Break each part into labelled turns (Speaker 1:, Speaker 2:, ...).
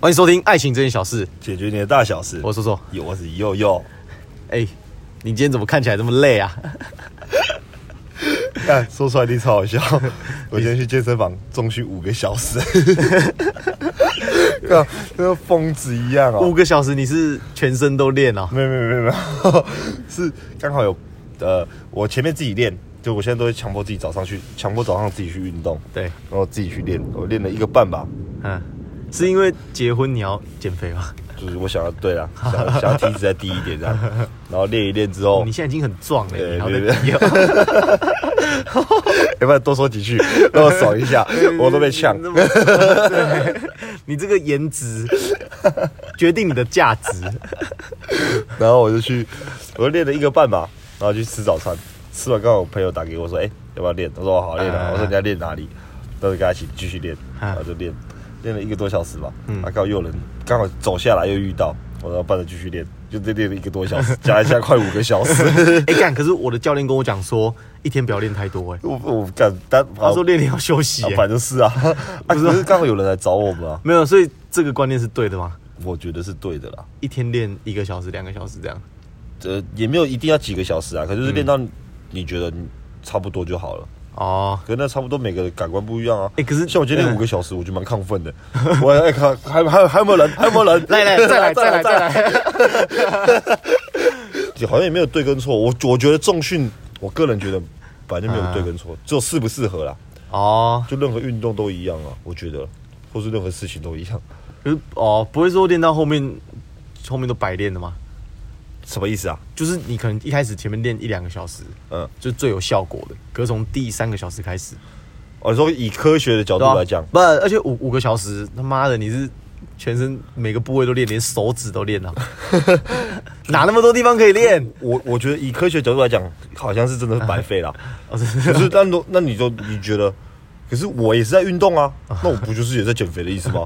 Speaker 1: 欢迎收听《爱情这件小事》，
Speaker 2: 解决你的大小事。
Speaker 1: 我是说说，
Speaker 2: 有我是佑佑，
Speaker 1: 哎、你今天怎么看起来这么累啊？
Speaker 2: 看说出来一定超 好笑。我今天去健身房重训五个小时，看跟疯子一样
Speaker 1: 五
Speaker 2: 哦。
Speaker 1: 个小时你是全身都练哦，
Speaker 2: 没有没有没有没 有，是刚好有呃，我前面自己练，就我现在都会强迫自己早上去，强迫早上自己去运动，
Speaker 1: 对，
Speaker 2: 然后自己去练，我练了一个半吧，
Speaker 1: 嗯，是因为结婚你要减肥吗？
Speaker 2: 就是我想要 对啊，想要想要体脂再低一点这样，然后练一练之后
Speaker 1: 你，现在已经很壮了，
Speaker 2: 哦对
Speaker 1: 你还要
Speaker 2: 对
Speaker 1: 再低哦
Speaker 2: 要不然多说 几句，让我爽一下， 我都被呛
Speaker 1: 你。这么 对你这个颜 值决定你的价值。
Speaker 2: 然后我就去，我就练了一个半吧，然后去吃早餐。吃完刚好我朋友打给我说：“哎、要不要练？”我说：“好好练啊。
Speaker 1: 嗯
Speaker 2: 我说：“你要练哪里？”那就跟他一起继续练，
Speaker 1: 嗯
Speaker 2: 然后就练，练了一个多小时吧。
Speaker 1: 嗯
Speaker 2: 嗯，刚好又有人刚好走下来又遇到，我说：“帮着继续练。”就再练了一个多小 时，加一下快五个小 时。
Speaker 1: 哎、干，可是我的教练跟我讲说，一天不要练太多、哎，
Speaker 2: 我我干，但
Speaker 1: 他说练练要休息、
Speaker 2: 啊
Speaker 1: 哎
Speaker 2: 哦反正 是啊，啊可是刚好有人来找我们啊，
Speaker 1: 没有，所以这个观念是对的吗？
Speaker 2: 我觉得是对的啦。
Speaker 1: 一天练一个小时、两个小时这样。
Speaker 2: 呃，也没有一定要几个小时啊，可是练到你觉得你差不多就好了。
Speaker 1: 哦，
Speaker 2: 可是那差不多每个人感官不一样啊。
Speaker 1: 欸可是
Speaker 2: 像我今
Speaker 1: 嗯
Speaker 2: 天五个小时，我就蛮亢奋的。 我还看还还还有没 有人？还有没有人？
Speaker 1: 来来，再来，再来，再！来。
Speaker 2: 好像也没有对跟错。我我觉得重训，我个人觉得本来就没有对跟
Speaker 1: 啊
Speaker 2: 错，只有适不适合啦。
Speaker 1: 哦，
Speaker 2: 就任何运动都一样啊，我觉得，或是任何事情都一样。
Speaker 1: 可是哦，不会说练到后面，后面都白练的吗？
Speaker 2: 什么意思啊？
Speaker 1: 就是你可能一开始前面练一两个小时，
Speaker 2: 嗯，
Speaker 1: 就最有效果的。可是从第三个小时开始，
Speaker 2: 哦，你说以科学的角度
Speaker 1: 对吧啊
Speaker 2: 来讲，
Speaker 1: 不，而且五五个小时，他妈的，你是全身每个部位都练，连手指都 练了、啊哪那么多地方可以练？
Speaker 2: 我我觉得以科学角度来讲，好像是真的是白费啦。
Speaker 1: 哦，真
Speaker 2: 可
Speaker 1: 的
Speaker 2: 是那都那你就你觉得，可是我也是在运动啊，那我不就是也在减肥的意思吗？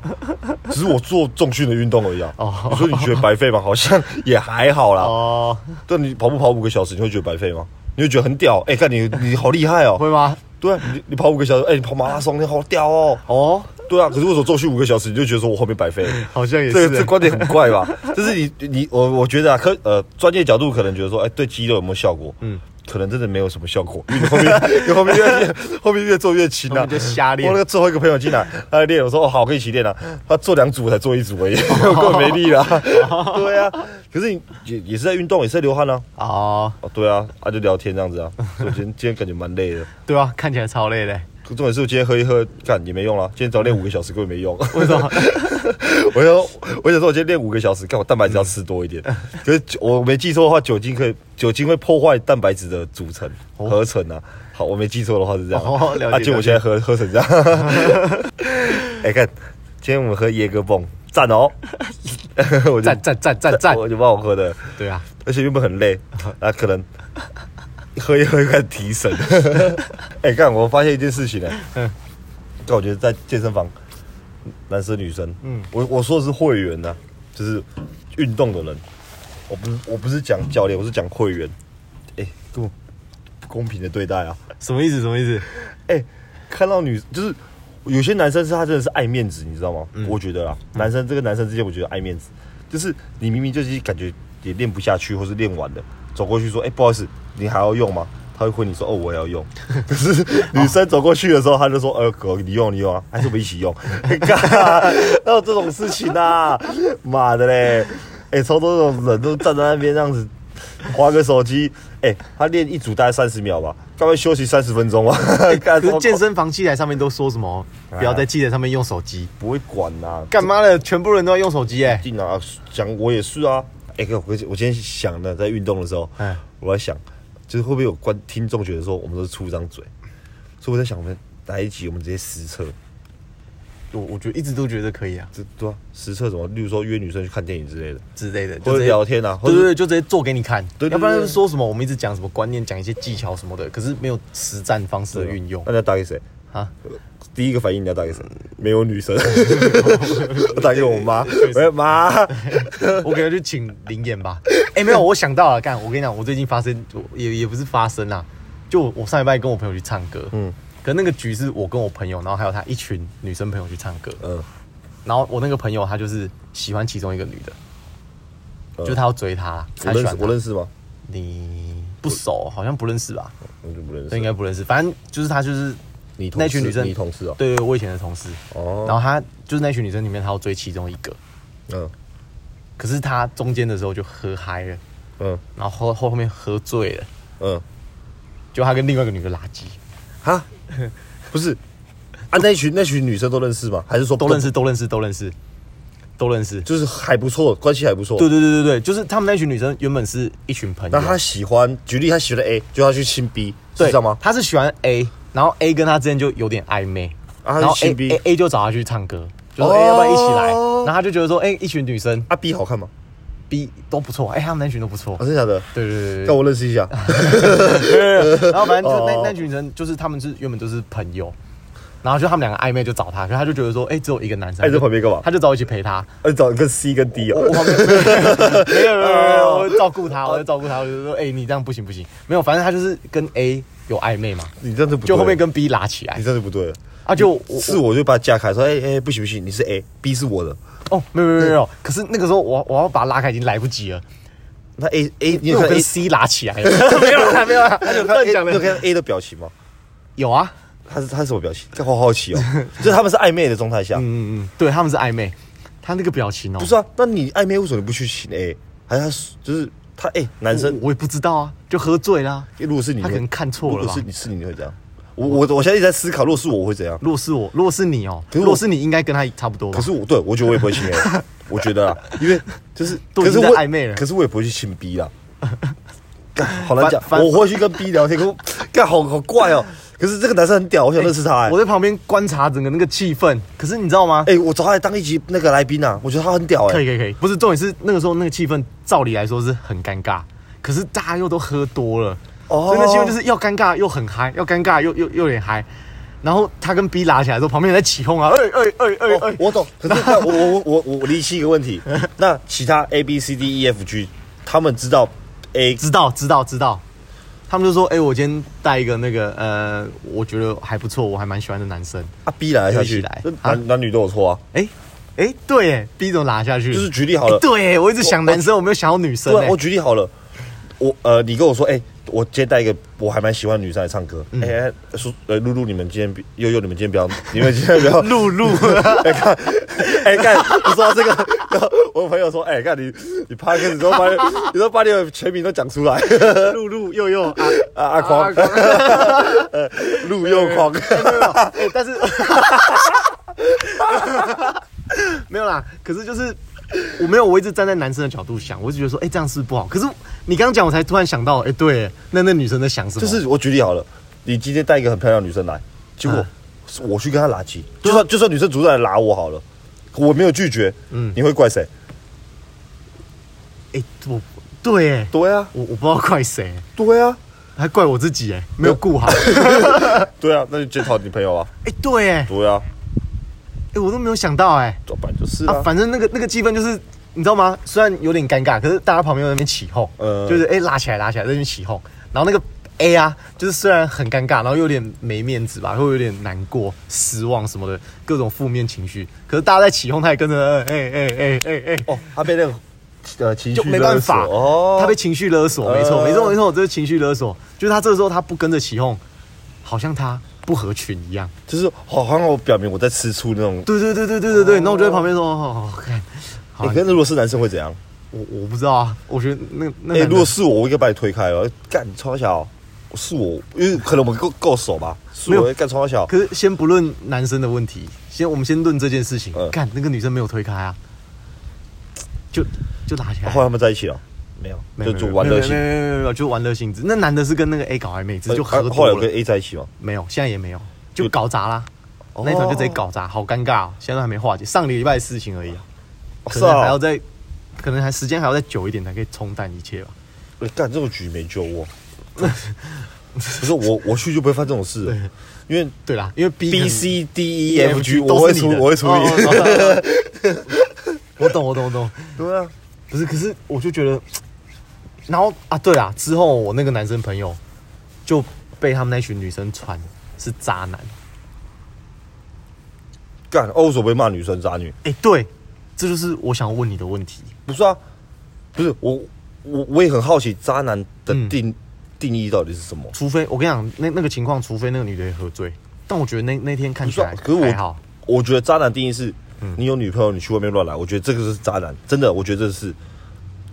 Speaker 2: 只是我做重训的运动而已啊。
Speaker 1: 哦
Speaker 2: 你说你觉得白费吗？好像也还好啦。
Speaker 1: 哦，
Speaker 2: 但你跑步跑五个小时，你会觉得白费吗？你会觉得很屌？哎、看你你好厉害哦！
Speaker 1: 会吗？
Speaker 2: 对啊，你你跑五个小时，哎、你跑马拉松，你好屌哦！
Speaker 1: 哦，
Speaker 2: 对啊，可是为什么重训五个小时，你就觉得说我后面白费了？
Speaker 1: 好像也
Speaker 2: 这
Speaker 1: 是、啊
Speaker 2: 个这观点很怪 吧？就是你你我我觉得啊，科呃专业角度可能觉得说，哎、对肌肉有没有效果？嗯，可能真的没有什么效果，因为你 后面因为后面越后面越做越轻
Speaker 1: 后
Speaker 2: 啊，
Speaker 1: 面就瞎练
Speaker 2: 我那个最后一个朋友进来，他在练，我说哦好，我跟你一 起练啊。他做两组我才做一组而已，
Speaker 1: 哦
Speaker 2: 我根本没力了。对啊，可是你也也是在运动，也是在流汗啊。
Speaker 1: 哦，
Speaker 2: 哦，对啊，啊就聊天这样子啊。所以我今天今天感觉蛮累的，
Speaker 1: 对啊，看起来超累的。
Speaker 2: 可重点是我今天喝一喝，干也没用啦。今天只要练五个小时根本没用。
Speaker 1: 为什么？
Speaker 2: 我想，我想说，我今天练五个小时，看我蛋白质要吃多 一点。可是酒我没记错的话，酒精可以，酒精会破坏蛋白质的组成、合成啊。好，我没记错的话是这样。
Speaker 1: 哦了解
Speaker 2: 啊，就我现在喝喝成这样。 哎，看，今天我们喝椰哥泵，赞 哦！ 我就
Speaker 1: 赞赞赞赞赞！
Speaker 2: 我就帮我喝的，
Speaker 1: 对啊，
Speaker 2: 而且原本很累，啊，可能喝一喝又开始提神。哎，看，我发现一件事情呢、
Speaker 1: 嗯
Speaker 2: 但我觉得在健身房，男生女生，嗯，我我说的是会员呐、就是运动的人，我不是我不是讲教练，我是讲会员，哎、根本不公平的对待啊，
Speaker 1: 什么意思？什么意思？
Speaker 2: 哎、看到女就是有些男生是他真的是爱面子，你知道吗？我觉得啦，男生这个男生之间，我觉得爱面子，就是你明明就是感觉也练不下去，或是练完了，走过去说，哎、不好意思，你还要用吗？他会回你说，哦，我也要用。 可是女生走过去的时候，他就说，呃，哥，你用你用啊，还是我们一起用？ 哎干，哪有这种事情啊？妈的嘞！哎、超多这种人都站在那边这样子。划个手机，哎、他练一组大概三十秒吧，该不会休息三十分钟啊吧？哎干啊
Speaker 1: 可是健
Speaker 2: 超
Speaker 1: 身房器材上面都说什么？不要在器材上面用手机。
Speaker 2: 不会管呐、啊，
Speaker 1: 干嘛的？全部人都要用手机哎、
Speaker 2: 定啊，讲我也是啊。哎、哥，我我今天想呢，在运动的时候，
Speaker 1: 哎
Speaker 2: 我在想，就是会不会有观听众觉得说我们都是出张嘴，所以我在想，我们来一集我们直接实测，
Speaker 1: 我我觉得一直都觉得可以啊
Speaker 2: 这对啊，实测什么，例如说约女生去看电影之类的，
Speaker 1: 之类的，就
Speaker 2: 或
Speaker 1: 直
Speaker 2: 者
Speaker 1: 接
Speaker 2: 聊天啊，或
Speaker 1: 对
Speaker 2: 者
Speaker 1: 对对，就直接做给你看。
Speaker 2: 对对对
Speaker 1: 要不然说什么我们一直讲什么观念，讲一些技巧什么的，可是没有实战方式的运用嗯
Speaker 2: 那你要打给谁？
Speaker 1: 啊。
Speaker 2: 第一个反应你要打给谁？没 有女生，我打给我妈，我说妈，
Speaker 1: 我可能就请灵眼吧。 哎，没有，我想到了，干，我跟你讲，我最近发生我也也不是发生啦，就我我上礼拜跟我朋友去唱歌，嗯，可那个局是我跟我朋友，然后还有他一群女生朋友去唱歌，
Speaker 2: 嗯，
Speaker 1: 然后我那个朋友他就是喜欢其中一个女的，
Speaker 2: 呃
Speaker 1: 就他要追她，
Speaker 2: 我
Speaker 1: 他喜
Speaker 2: 认识
Speaker 1: 欢她
Speaker 2: 我认识吗？
Speaker 1: 你不熟，好像不认识吧？
Speaker 2: 我就不认识。
Speaker 1: 这应该不认识，反正就是他就是
Speaker 2: 你同
Speaker 1: 那群
Speaker 2: 事
Speaker 1: 女生，
Speaker 2: 你同事哦。
Speaker 1: 对对，我以前的同事。
Speaker 2: 哦，
Speaker 1: 然后他就是那群女生里面，他要追其中一个，
Speaker 2: 嗯
Speaker 1: 可是他中间的时候就喝嗨了，
Speaker 2: 嗯
Speaker 1: 然后后后后面喝醉了，
Speaker 2: 嗯，
Speaker 1: 就他跟另外一个女的垃圾，
Speaker 2: 哈， 不是啊，那群那群女生都认识吗？还是说
Speaker 1: 都认识，？都认识，都认识，都认识。
Speaker 2: 就是还不错，关系还不错。
Speaker 1: 对对对对对，就是他们那群女生原本是一群朋友
Speaker 2: 那，他喜欢，举例他喜欢 A，就要去亲 B，是
Speaker 1: 对，
Speaker 2: 这样吗？
Speaker 1: 他是喜欢 A，然后 A 跟他之间就有点暧昧，
Speaker 2: 啊他是
Speaker 1: 然后
Speaker 2: 亲
Speaker 1: A
Speaker 2: B
Speaker 1: A A 就找他去唱歌，就说
Speaker 2: 哦
Speaker 1: 哎、要不要一起来，然后他就觉得说哎、一群女生
Speaker 2: 啊，B 好看吗？
Speaker 1: B 都不错，哎、他们那群都不错哦
Speaker 2: 啊，，真的假的？
Speaker 1: 对对对对
Speaker 2: 让
Speaker 1: 对
Speaker 2: 我认识一下。
Speaker 1: 然后反正就是
Speaker 2: 哦
Speaker 1: 那那群人，就是他们是原本就是朋友，然后就他们两个暧昧就找他，可是他就觉得说，哎、只有一个男生，
Speaker 2: 哎，你在旁边干嘛？
Speaker 1: 他就找我一起陪 他，
Speaker 2: 哎，你找一个 C 跟 D 哦
Speaker 1: 我。旁边没有没有没有没有，我会照顾 他，我会照顾他，我就说，哎、你这样不行不行，没有，反正他就是跟 A 有暧昧嘛，
Speaker 2: 你这样子不对
Speaker 1: 就后面跟 B 拉起来
Speaker 2: 你，这样子不对了。
Speaker 1: 啊就我
Speaker 2: 是我就把他架开，说哎哎不行不行，你是 A，B 是我的。
Speaker 1: 哦，没有没有没有没有，可是那个时候我我要把他拉开已经来不及了，
Speaker 2: 那 A A 你
Speaker 1: 因为
Speaker 2: 有
Speaker 1: 我
Speaker 2: 看
Speaker 1: 跟
Speaker 2: A
Speaker 1: C 拉起来了， 没有啦没有啦，他就
Speaker 2: 看 A-
Speaker 1: 乱讲
Speaker 2: 你有看
Speaker 1: 的，
Speaker 2: A 的表情吗？
Speaker 1: 有啊，
Speaker 2: 他是他是什么表情？这好好奇哦， 就是他们是暧昧的状态下，
Speaker 1: 嗯嗯嗯，对他们是暧昧，他那个表情哦，
Speaker 2: 不是啊？那你暧昧为什么你不去请 A？还是他是就是他哎、男生
Speaker 1: 我我也不知道啊，就喝醉啦。
Speaker 2: 如果是你，
Speaker 1: 他可能看错了吧
Speaker 2: 如果是你是你会怎样？我我我现在一直在思考，如果是我会怎样？
Speaker 1: 如果是我，如果是你哦、
Speaker 2: 可是我
Speaker 1: 如果是你，应该跟他差不多吧
Speaker 2: 可。是我对我觉得我也不会亲 A，我觉得啊，因为就是
Speaker 1: 都
Speaker 2: 可
Speaker 1: 已
Speaker 2: 是
Speaker 1: 经
Speaker 2: 我
Speaker 1: 在暧昧了
Speaker 2: 可是我也不会去亲 B 啦。 干好难讲，
Speaker 1: 反反
Speaker 2: 我会去跟 B 聊天，可我干好好怪哦。可是这个男生很屌，我想认识他、哎
Speaker 1: 我在旁边观察整个那个气氛，可是你知道吗？
Speaker 2: 哎、我找他来当一集那个来宾啊，我觉得他很屌哎、
Speaker 1: 可以可以可以，不是重点是那个时候那个气氛，照理来说是很尴尬，可是大家又都喝多了，
Speaker 2: 哦
Speaker 1: 所以那气氛就是要尴尬又很嗨，要尴尬又又又有点嗨。然后他跟 B 拉起来之后，旁边人在起哄啊，哎哎哎哎
Speaker 2: 哦
Speaker 1: 哎，
Speaker 2: 我懂，可是那 我我我我我厘清一个问题，那其他 A B C D E F G，他们知道 A
Speaker 1: 知道知道知道。他们就说：“哎、我今天带一个那个呃，我觉得还不错，我还蛮喜欢的男生。
Speaker 2: 啊 B 来下去
Speaker 1: 一起来，
Speaker 2: 那
Speaker 1: 啊
Speaker 2: 男男女都有错啊。
Speaker 1: 哎、哎、对耶，B 总拉下去，
Speaker 2: 就是举例好了
Speaker 1: 哎对耶，我一直想男生，我没有想到女生哎
Speaker 2: 对啊
Speaker 1: 耶。，，
Speaker 2: 我举例好了，我呃，你跟我说，哎、我今天带一个我还蛮喜欢的女生来唱歌，哎、叔、呃，露露，你们今天不悠悠，你们今天不要， 你们今天不要
Speaker 1: 露露，
Speaker 2: 哎、看，哎、看，你说到这个， 然后我朋友说，哎、看你，你趴开始之后把你，你说把你的全名都讲出来，
Speaker 1: 露露又又啊
Speaker 2: 啊，阿狂，
Speaker 1: 啊
Speaker 2: 露又狂，
Speaker 1: 没有没有，哎但是 没有啦。可是就是我没有，我一直站在男生的角度想，我一直觉得说，哎、这样是不是不好。可是你刚刚讲，我才突然想到，哎、对耶，那那女生在想什么？
Speaker 2: 就是我举例好了，你今天带一个很漂亮的女生来，结果
Speaker 1: 哦嗯啊
Speaker 2: 是我去跟她拉鸡，就算就算女生主动来拉我好了，我没有拒绝，嗯，你会怪谁？
Speaker 1: 哎、我对耶，
Speaker 2: 对啊，
Speaker 1: 我我不知道怪谁，欸
Speaker 2: 对啊。
Speaker 1: 还怪我自己，哎，没有顾好。哎、
Speaker 2: 对啊，那就检讨你朋友啊。
Speaker 1: 对耶，哎、
Speaker 2: 对啊，
Speaker 1: 我都没有想到，哎。
Speaker 2: 这本来就是
Speaker 1: 啊，
Speaker 2: 啊。
Speaker 1: 反正那个那个气氛就是，你知道吗？虽然有点尴尬，可是大家旁边在那边起哄，
Speaker 2: 呃
Speaker 1: 就是哎、拉起来拉起来在那边起哄，然后那个 A 啊，就是虽然很尴尬，然后又有点没面子吧，会有点难过、失望什么的各种负面情绪，可是大家在起哄，他也跟着哎哎哎哎哎，
Speaker 2: 哦，他被那个呃情绪
Speaker 1: 就没办法
Speaker 2: 勒索哦，
Speaker 1: 他被情绪勒索，没错
Speaker 2: 呃
Speaker 1: 没错没错，这是情绪勒索，就是他这个时候他不跟着起哄，好像他不合群一样。
Speaker 2: 就是好好像我表明我在吃醋那种。
Speaker 1: 对对对对对对对，然后我就在旁边说，哦，哦看，好
Speaker 2: 你，跟如果哎是男生会怎样？
Speaker 1: 我我不知道啊，我觉得那那男
Speaker 2: 哎，
Speaker 1: 的
Speaker 2: 如果是我，我应该把你推开了。干你超小，是我，因为可能我们够够熟吧。是
Speaker 1: 没有
Speaker 2: 我哎干超小，
Speaker 1: 可是先不论男生的问题，先我们先论这件事情
Speaker 2: 嗯。
Speaker 1: 看、那个女生没有推开啊，就就打起来。
Speaker 2: 后来他们在一起了没有？
Speaker 1: 没有
Speaker 2: 就就玩乐性
Speaker 1: 没有。没有没有没有没有，就玩乐性质。那男的是跟那个 A 搞暧昧，只是就喝
Speaker 2: 啊后
Speaker 1: 多
Speaker 2: 来有跟
Speaker 1: 了，
Speaker 2: A 在一起吗？
Speaker 1: 没有，现在也没有，
Speaker 2: 有
Speaker 1: 就搞砸啦。
Speaker 2: 哦
Speaker 1: 那一场就直接搞砸，好尴尬、哦，现在都还没化解。上礼拜的事情而已、啊，
Speaker 2: 哦
Speaker 1: 可
Speaker 2: 是
Speaker 1: 能还要
Speaker 2: 啊。
Speaker 1: 再，可能还时间还要再久一点才可以冲淡一切吧。
Speaker 2: 哎干这种局没 救我。不是我，我去就不会犯这种事了，因为
Speaker 1: 对啦，因为 B 可
Speaker 2: B
Speaker 1: 能
Speaker 2: C D E F G
Speaker 1: 都
Speaker 2: 我会
Speaker 1: 是
Speaker 2: 处
Speaker 1: 你的
Speaker 2: 我会，E 处
Speaker 1: 哦
Speaker 2: 理。
Speaker 1: 哦哦我懂，我懂，我懂。
Speaker 2: 对啊，
Speaker 1: 不是，可是我就觉得，然后啊，对啦，之后我那个男生朋友就被他们那群女生传是渣男，
Speaker 2: 干哦，为什么被骂女生渣女？
Speaker 1: 哎、对，这就是我想问你的问题。
Speaker 2: 不是啊，不是我我我也很好奇渣男的
Speaker 1: 嗯
Speaker 2: 定、定义到底是什么？
Speaker 1: 除非我跟你讲，那那个情况，除非那个女的也喝醉，但我觉得那那天看
Speaker 2: 不
Speaker 1: 起
Speaker 2: 是、
Speaker 1: 来
Speaker 2: 啊，可是我
Speaker 1: 还好。嗯
Speaker 2: 我觉得渣男定义是，你有女朋友你去外面乱来，我觉得这个是渣男，真的，我觉得这是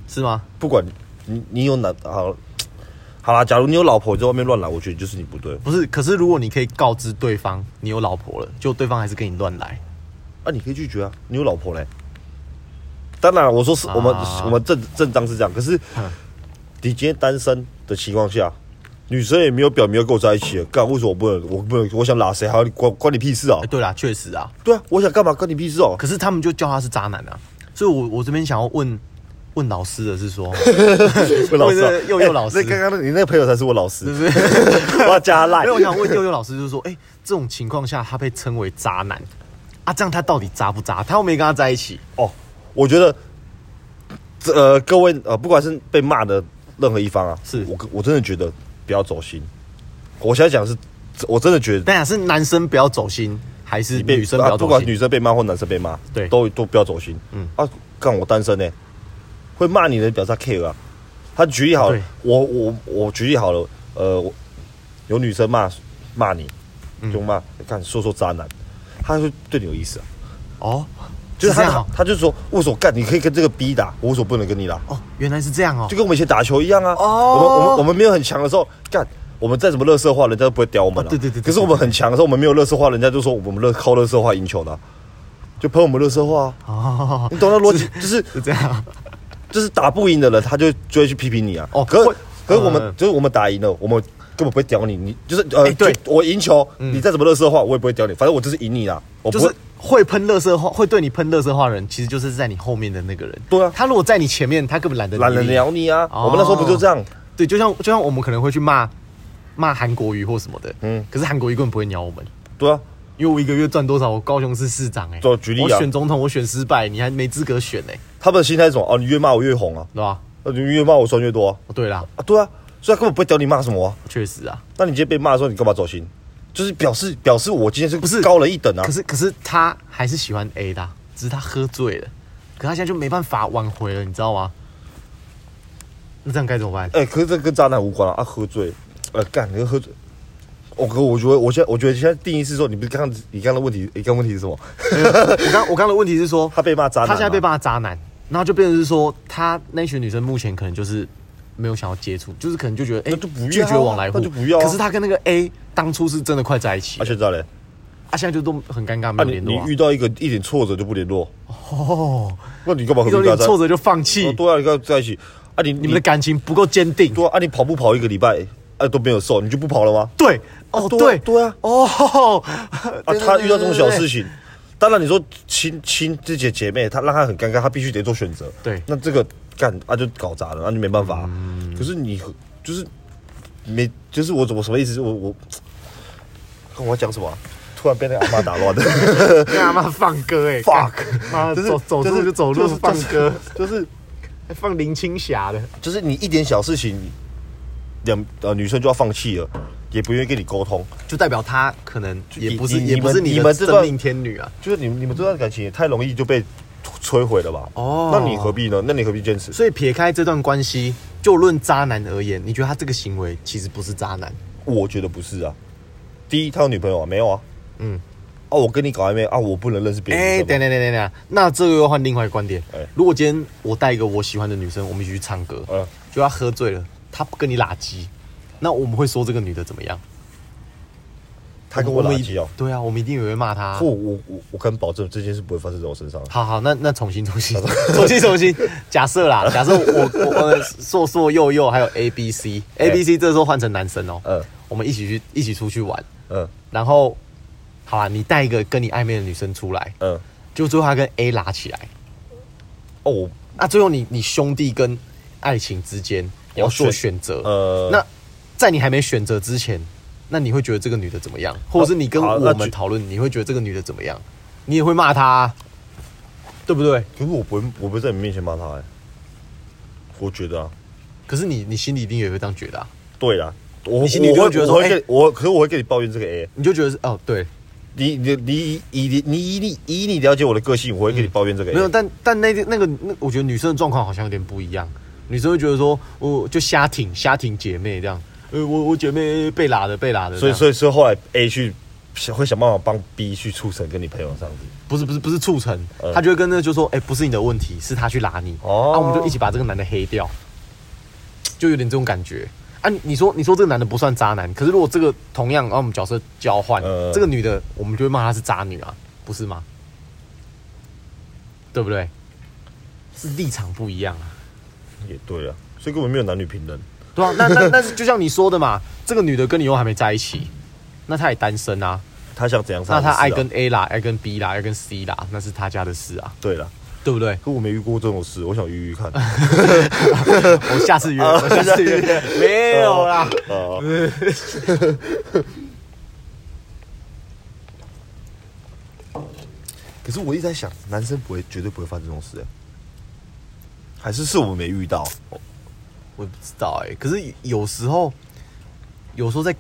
Speaker 1: 是吗？
Speaker 2: 不管你你有男好好啦，假如你有老婆你在外面乱来，我觉得就是你不对。
Speaker 1: 不是，可是如果你可以告知对方你有老婆了，就对方还是跟你乱来，
Speaker 2: 啊，你可以拒绝啊，你有老婆嘞。当然，我说是我们、
Speaker 1: 啊
Speaker 2: 我们正正当是这样，可是
Speaker 1: 嗯
Speaker 2: 你今天单身的情况下，女生也没有表明要跟我在一起了，干为什么我不能？我不能？我想拉谁？还要你关关你屁事啊
Speaker 1: 哎、？对啦，确实啊，
Speaker 2: 对啊，我想干嘛关你屁 事哦、
Speaker 1: 可是他们就叫他是渣男啊，所以我我这边想要问问老师的是说，
Speaker 2: 问老师、
Speaker 1: 对
Speaker 2: 啊
Speaker 1: 对，对又又老师
Speaker 2: 哎那刚刚那你那个朋友才是我老师，
Speaker 1: 是不是？
Speaker 2: 我 要加他赖
Speaker 1: 没有，。我想问悠悠老师，就是说，哎、这种情况下他被称为渣男啊，这样他到底渣不渣？他又没跟他在一起，
Speaker 2: 哦，我觉得，这呃，各位呃，不管是被骂的任何一方啊，
Speaker 1: 是
Speaker 2: 我我真的觉得不要走心。我现在讲的是，我真的觉得
Speaker 1: 当然是男生不要走心，还是
Speaker 2: 被
Speaker 1: 女生不要
Speaker 2: 啊不
Speaker 1: 走
Speaker 2: 管
Speaker 1: 心？
Speaker 2: 女生被骂或男生被骂，
Speaker 1: 对
Speaker 2: 都都不要走心。嗯啊，干我单身呢、会骂你的表示他 care 啊。他举例好了
Speaker 1: 对，
Speaker 2: 我我我举例好了，呃，我有女生骂骂你，
Speaker 1: 嗯
Speaker 2: 就骂，看说说渣男，他就对你有意思啊。
Speaker 1: 哦，
Speaker 2: 就是
Speaker 1: 这
Speaker 2: 他
Speaker 1: 样哦
Speaker 2: 他就说，为什么干？你可以跟这个 B 打，我为什么不能跟你打？
Speaker 1: 哦，原来是这样哦
Speaker 2: 就。跟我们以前打球一样啊。
Speaker 1: 哦
Speaker 2: 我们我们我们没有很强的时候，干我们再怎么乐色化，人家都不会屌我们
Speaker 1: 哦
Speaker 2: 了、啊
Speaker 1: 对对对对
Speaker 2: 可是我们很强的时候，我们没有乐色化，人家就说我们乐靠乐色化赢球的啊、就喷我们乐色化、啊。
Speaker 1: 哦，
Speaker 2: 你懂那逻辑？ 就是
Speaker 1: 是这样。
Speaker 2: 就是打不赢的人，他就就会去批评你啊。
Speaker 1: 哦
Speaker 2: 可
Speaker 1: 会
Speaker 2: 是可是我们、
Speaker 1: 嗯
Speaker 2: 就是我们打赢了，我们根本不会屌你，你就是呃，
Speaker 1: 哎对嗯
Speaker 2: 就我赢球，你再怎么乐色化，我也不会屌你，反正我就是赢你啦，我 不
Speaker 1: 就
Speaker 2: 会。
Speaker 1: 是会喷乐色话，会对你喷乐色话的人，其实就是在你后面的那个人。
Speaker 2: 对啊
Speaker 1: 他如果在你前面，他根本懒得理
Speaker 2: 懒得
Speaker 1: 你。
Speaker 2: 鸟你啊！
Speaker 1: 哦
Speaker 2: 我们那时候不就这样？
Speaker 1: 对，就像就像我们可能会去骂骂韩国瑜或什么的，嗯
Speaker 2: 嗯，
Speaker 1: 可是韩国瑜根本不会鸟我们，
Speaker 2: 对啊，
Speaker 1: 因为我一个月赚多少，我高雄市市长哎、欸，
Speaker 2: 对举例啊
Speaker 1: 我选总统我选失败，你还没资格选哎、
Speaker 2: 他们的心态是什么？哦，你越骂我越红啊，
Speaker 1: 对吧？
Speaker 2: 哦你越骂我赚越多啊
Speaker 1: 哦，对啦，
Speaker 2: 啊！对啊，所以他根本不会屌你骂什么啊。
Speaker 1: 确实啊，
Speaker 2: 那你今天被骂的时候，你干嘛走心？就是表示表示我今天是不
Speaker 1: 是
Speaker 2: 高人一等啊
Speaker 1: 可？是可是他还是喜欢 A 的啊、只是他喝醉了，可他现在就没办法挽回了，你知道吗？那这样该怎么办？
Speaker 2: 哎、可是这跟渣男无关啊！啊喝醉，呃，干，你喝醉。我、哦、可我觉得，我现在我觉得现在定义是说，你不是刚刚你刚刚的问题，你刚刚问题是什么？
Speaker 1: 我刚我刚的问题是说，
Speaker 2: 他被骂渣男、
Speaker 1: 他
Speaker 2: 啊，
Speaker 1: 现在被骂渣男，然后就变成是说，他那群女生目前可能就是没有想要接触，就是可能就觉得哎、
Speaker 2: 那就不要啊
Speaker 1: 拒绝往来户，
Speaker 2: 那就不要啊
Speaker 1: 可是他跟那个 A 当初是真的快在一起
Speaker 2: 啊，
Speaker 1: 了，
Speaker 2: 现在嘞，
Speaker 1: 啊，现在就都很尴尬，没有
Speaker 2: 啊你
Speaker 1: 联络、
Speaker 2: 你
Speaker 1: 啊。
Speaker 2: 遇到一个一点挫折就不联络，
Speaker 1: 哦，
Speaker 2: 那你干嘛和
Speaker 1: 有
Speaker 2: 人家
Speaker 1: 点
Speaker 2: 在？
Speaker 1: 挫折就放弃
Speaker 2: 哦，，对啊，你跟他在一起啊你，你
Speaker 1: 你们的感情不够坚定。
Speaker 2: 对啊啊，你跑步跑一个礼拜，啊都没有瘦，你就不跑了吗？
Speaker 1: 对，哦，
Speaker 2: 啊对
Speaker 1: 对
Speaker 2: 啊，对啊
Speaker 1: 哦，
Speaker 2: 啊，
Speaker 1: 对
Speaker 2: 他遇到这种小事，情，当然你说亲亲自己的姐妹，他让他很尴尬，他必须得做选择。
Speaker 1: 对嗯
Speaker 2: 那这个干啊就搞砸了，那、就没办法啊、可是你和就是没，就是我怎么什么意思？我我看我要讲什么啊、突然被那个阿妈打 乱的。
Speaker 1: 对对对对 干嘛放歌哎
Speaker 2: Fuck
Speaker 1: 干妈走走路就走路，放歌，
Speaker 2: 就是
Speaker 1: 还放林青霞的。
Speaker 2: 就是你一点小事情，两呃女生就要放弃了，也不愿意跟你沟通，
Speaker 1: 就代表他可能也不是，
Speaker 2: 你你
Speaker 1: 也不是
Speaker 2: 你们
Speaker 1: 你
Speaker 2: 你
Speaker 1: 的
Speaker 2: 们这
Speaker 1: 真
Speaker 2: 段
Speaker 1: 命天女啊。
Speaker 2: 就是你们你们这段感情也太容易就被摧毁了吧？
Speaker 1: 哦
Speaker 2: 那你何必呢？那你何必坚持？
Speaker 1: 所以撇开这段关系，就论渣男而言，你觉得他这个行为其实不是渣男？
Speaker 2: 我觉得不是啊。第一，他有女朋友啊？没有啊。嗯。哦，我跟你搞暧昧啊，我不能认识别
Speaker 1: 哎、
Speaker 2: 人。
Speaker 1: 等
Speaker 2: 对。
Speaker 1: 等等等等，那这个又换另外一个观点。
Speaker 2: 哎
Speaker 1: 如果今天我带一个我喜欢的女生，我们一起去唱歌，
Speaker 2: 嗯
Speaker 1: 就她喝醉了，她不跟你拉鸡，那我们会说这个女的怎么样？
Speaker 2: 他跟我
Speaker 1: 们
Speaker 2: 垃
Speaker 1: 一
Speaker 2: 圾哦。
Speaker 1: 对啊，我们一定也会骂她。
Speaker 2: 不，我我我敢保证，这件事不会发生在我身上。啊
Speaker 1: 好好，那那重新重新重新重新，假设啦，假设我我我硕硕幼幼还有 A B C A B C 这时候换成男生哦，
Speaker 2: 嗯
Speaker 1: 我们一起去一起出去玩，
Speaker 2: 嗯
Speaker 1: 然后好啊，你带一个跟你暧昧的女生出来，
Speaker 2: 嗯。
Speaker 1: 就最后她跟 A 拉起来，
Speaker 2: 哦，我
Speaker 1: 那最后你你兄弟跟爱情之间也要做
Speaker 2: 选
Speaker 1: 选择，
Speaker 2: 呃
Speaker 1: 那在你还没选择之前，那你会觉得这个女的怎么样，或者是你跟
Speaker 2: 好
Speaker 1: 我
Speaker 2: 那
Speaker 1: 们
Speaker 2: 举
Speaker 1: 讨论，你会觉得这个女的怎么样，你也会骂她啊、对不对？
Speaker 2: 可是我不会，我不会在你面前骂他哎。我觉得啊，
Speaker 1: 可是你你心里一定也会这样觉得啊，
Speaker 2: 对啦，我
Speaker 1: 你心里就
Speaker 2: 我
Speaker 1: 会觉得说
Speaker 2: 我会
Speaker 1: 哎
Speaker 2: 跟你我，可是我会跟你抱怨这个 A，
Speaker 1: 你就觉得是哦对，
Speaker 2: 你你你以你以你以你了解我的个性，我会跟你抱怨这个。
Speaker 1: 嗯
Speaker 2: 欸
Speaker 1: 没有，但但那那个那，我觉得女生的状况好像有点不一样。女生会觉得说，我就瞎挺瞎挺姐妹这样，呃，我我姐妹被拉的被拉的这
Speaker 2: 所以
Speaker 1: 样，
Speaker 2: 所以所以后来 A 去想会想办法帮 B 去促成跟你朋友上去。
Speaker 1: 不是不是不是促成
Speaker 2: 嗯，
Speaker 1: 她就会跟那就说，哎、不是你的问题，是他去拉你，
Speaker 2: 哦
Speaker 1: 啊，我们就一起把这个男的黑掉，就有点这种感觉。啊，你你说你说这个男的不算渣男，可是如果这个同样，然、啊后我们角色交换，
Speaker 2: 嗯
Speaker 1: 这个女的我们就会骂她是渣女啊，不是吗？对不对？是立场不一样啊。
Speaker 2: 也对啊，所以根本没有男女平等。
Speaker 1: 对啊，那那那是就像你说的嘛，这个女的跟你又还没在一起，那她也单身啊，
Speaker 2: 他想怎样上、
Speaker 1: 那
Speaker 2: 啊？
Speaker 1: 她爱跟 A 啦，爱跟 B 啦，爱跟 C 啦，那是她家的事啊，
Speaker 2: 对了，？
Speaker 1: 对不对
Speaker 2: 可我没遇过这种事，我想遇遇看。
Speaker 1: 我下次约，我下次约，没有啦。
Speaker 2: 哦，可是我一直在想，男生不会，绝对不会犯这种事、欸，还是是我们没遇到？
Speaker 1: 我也不知道哎、可是有时候，有时候在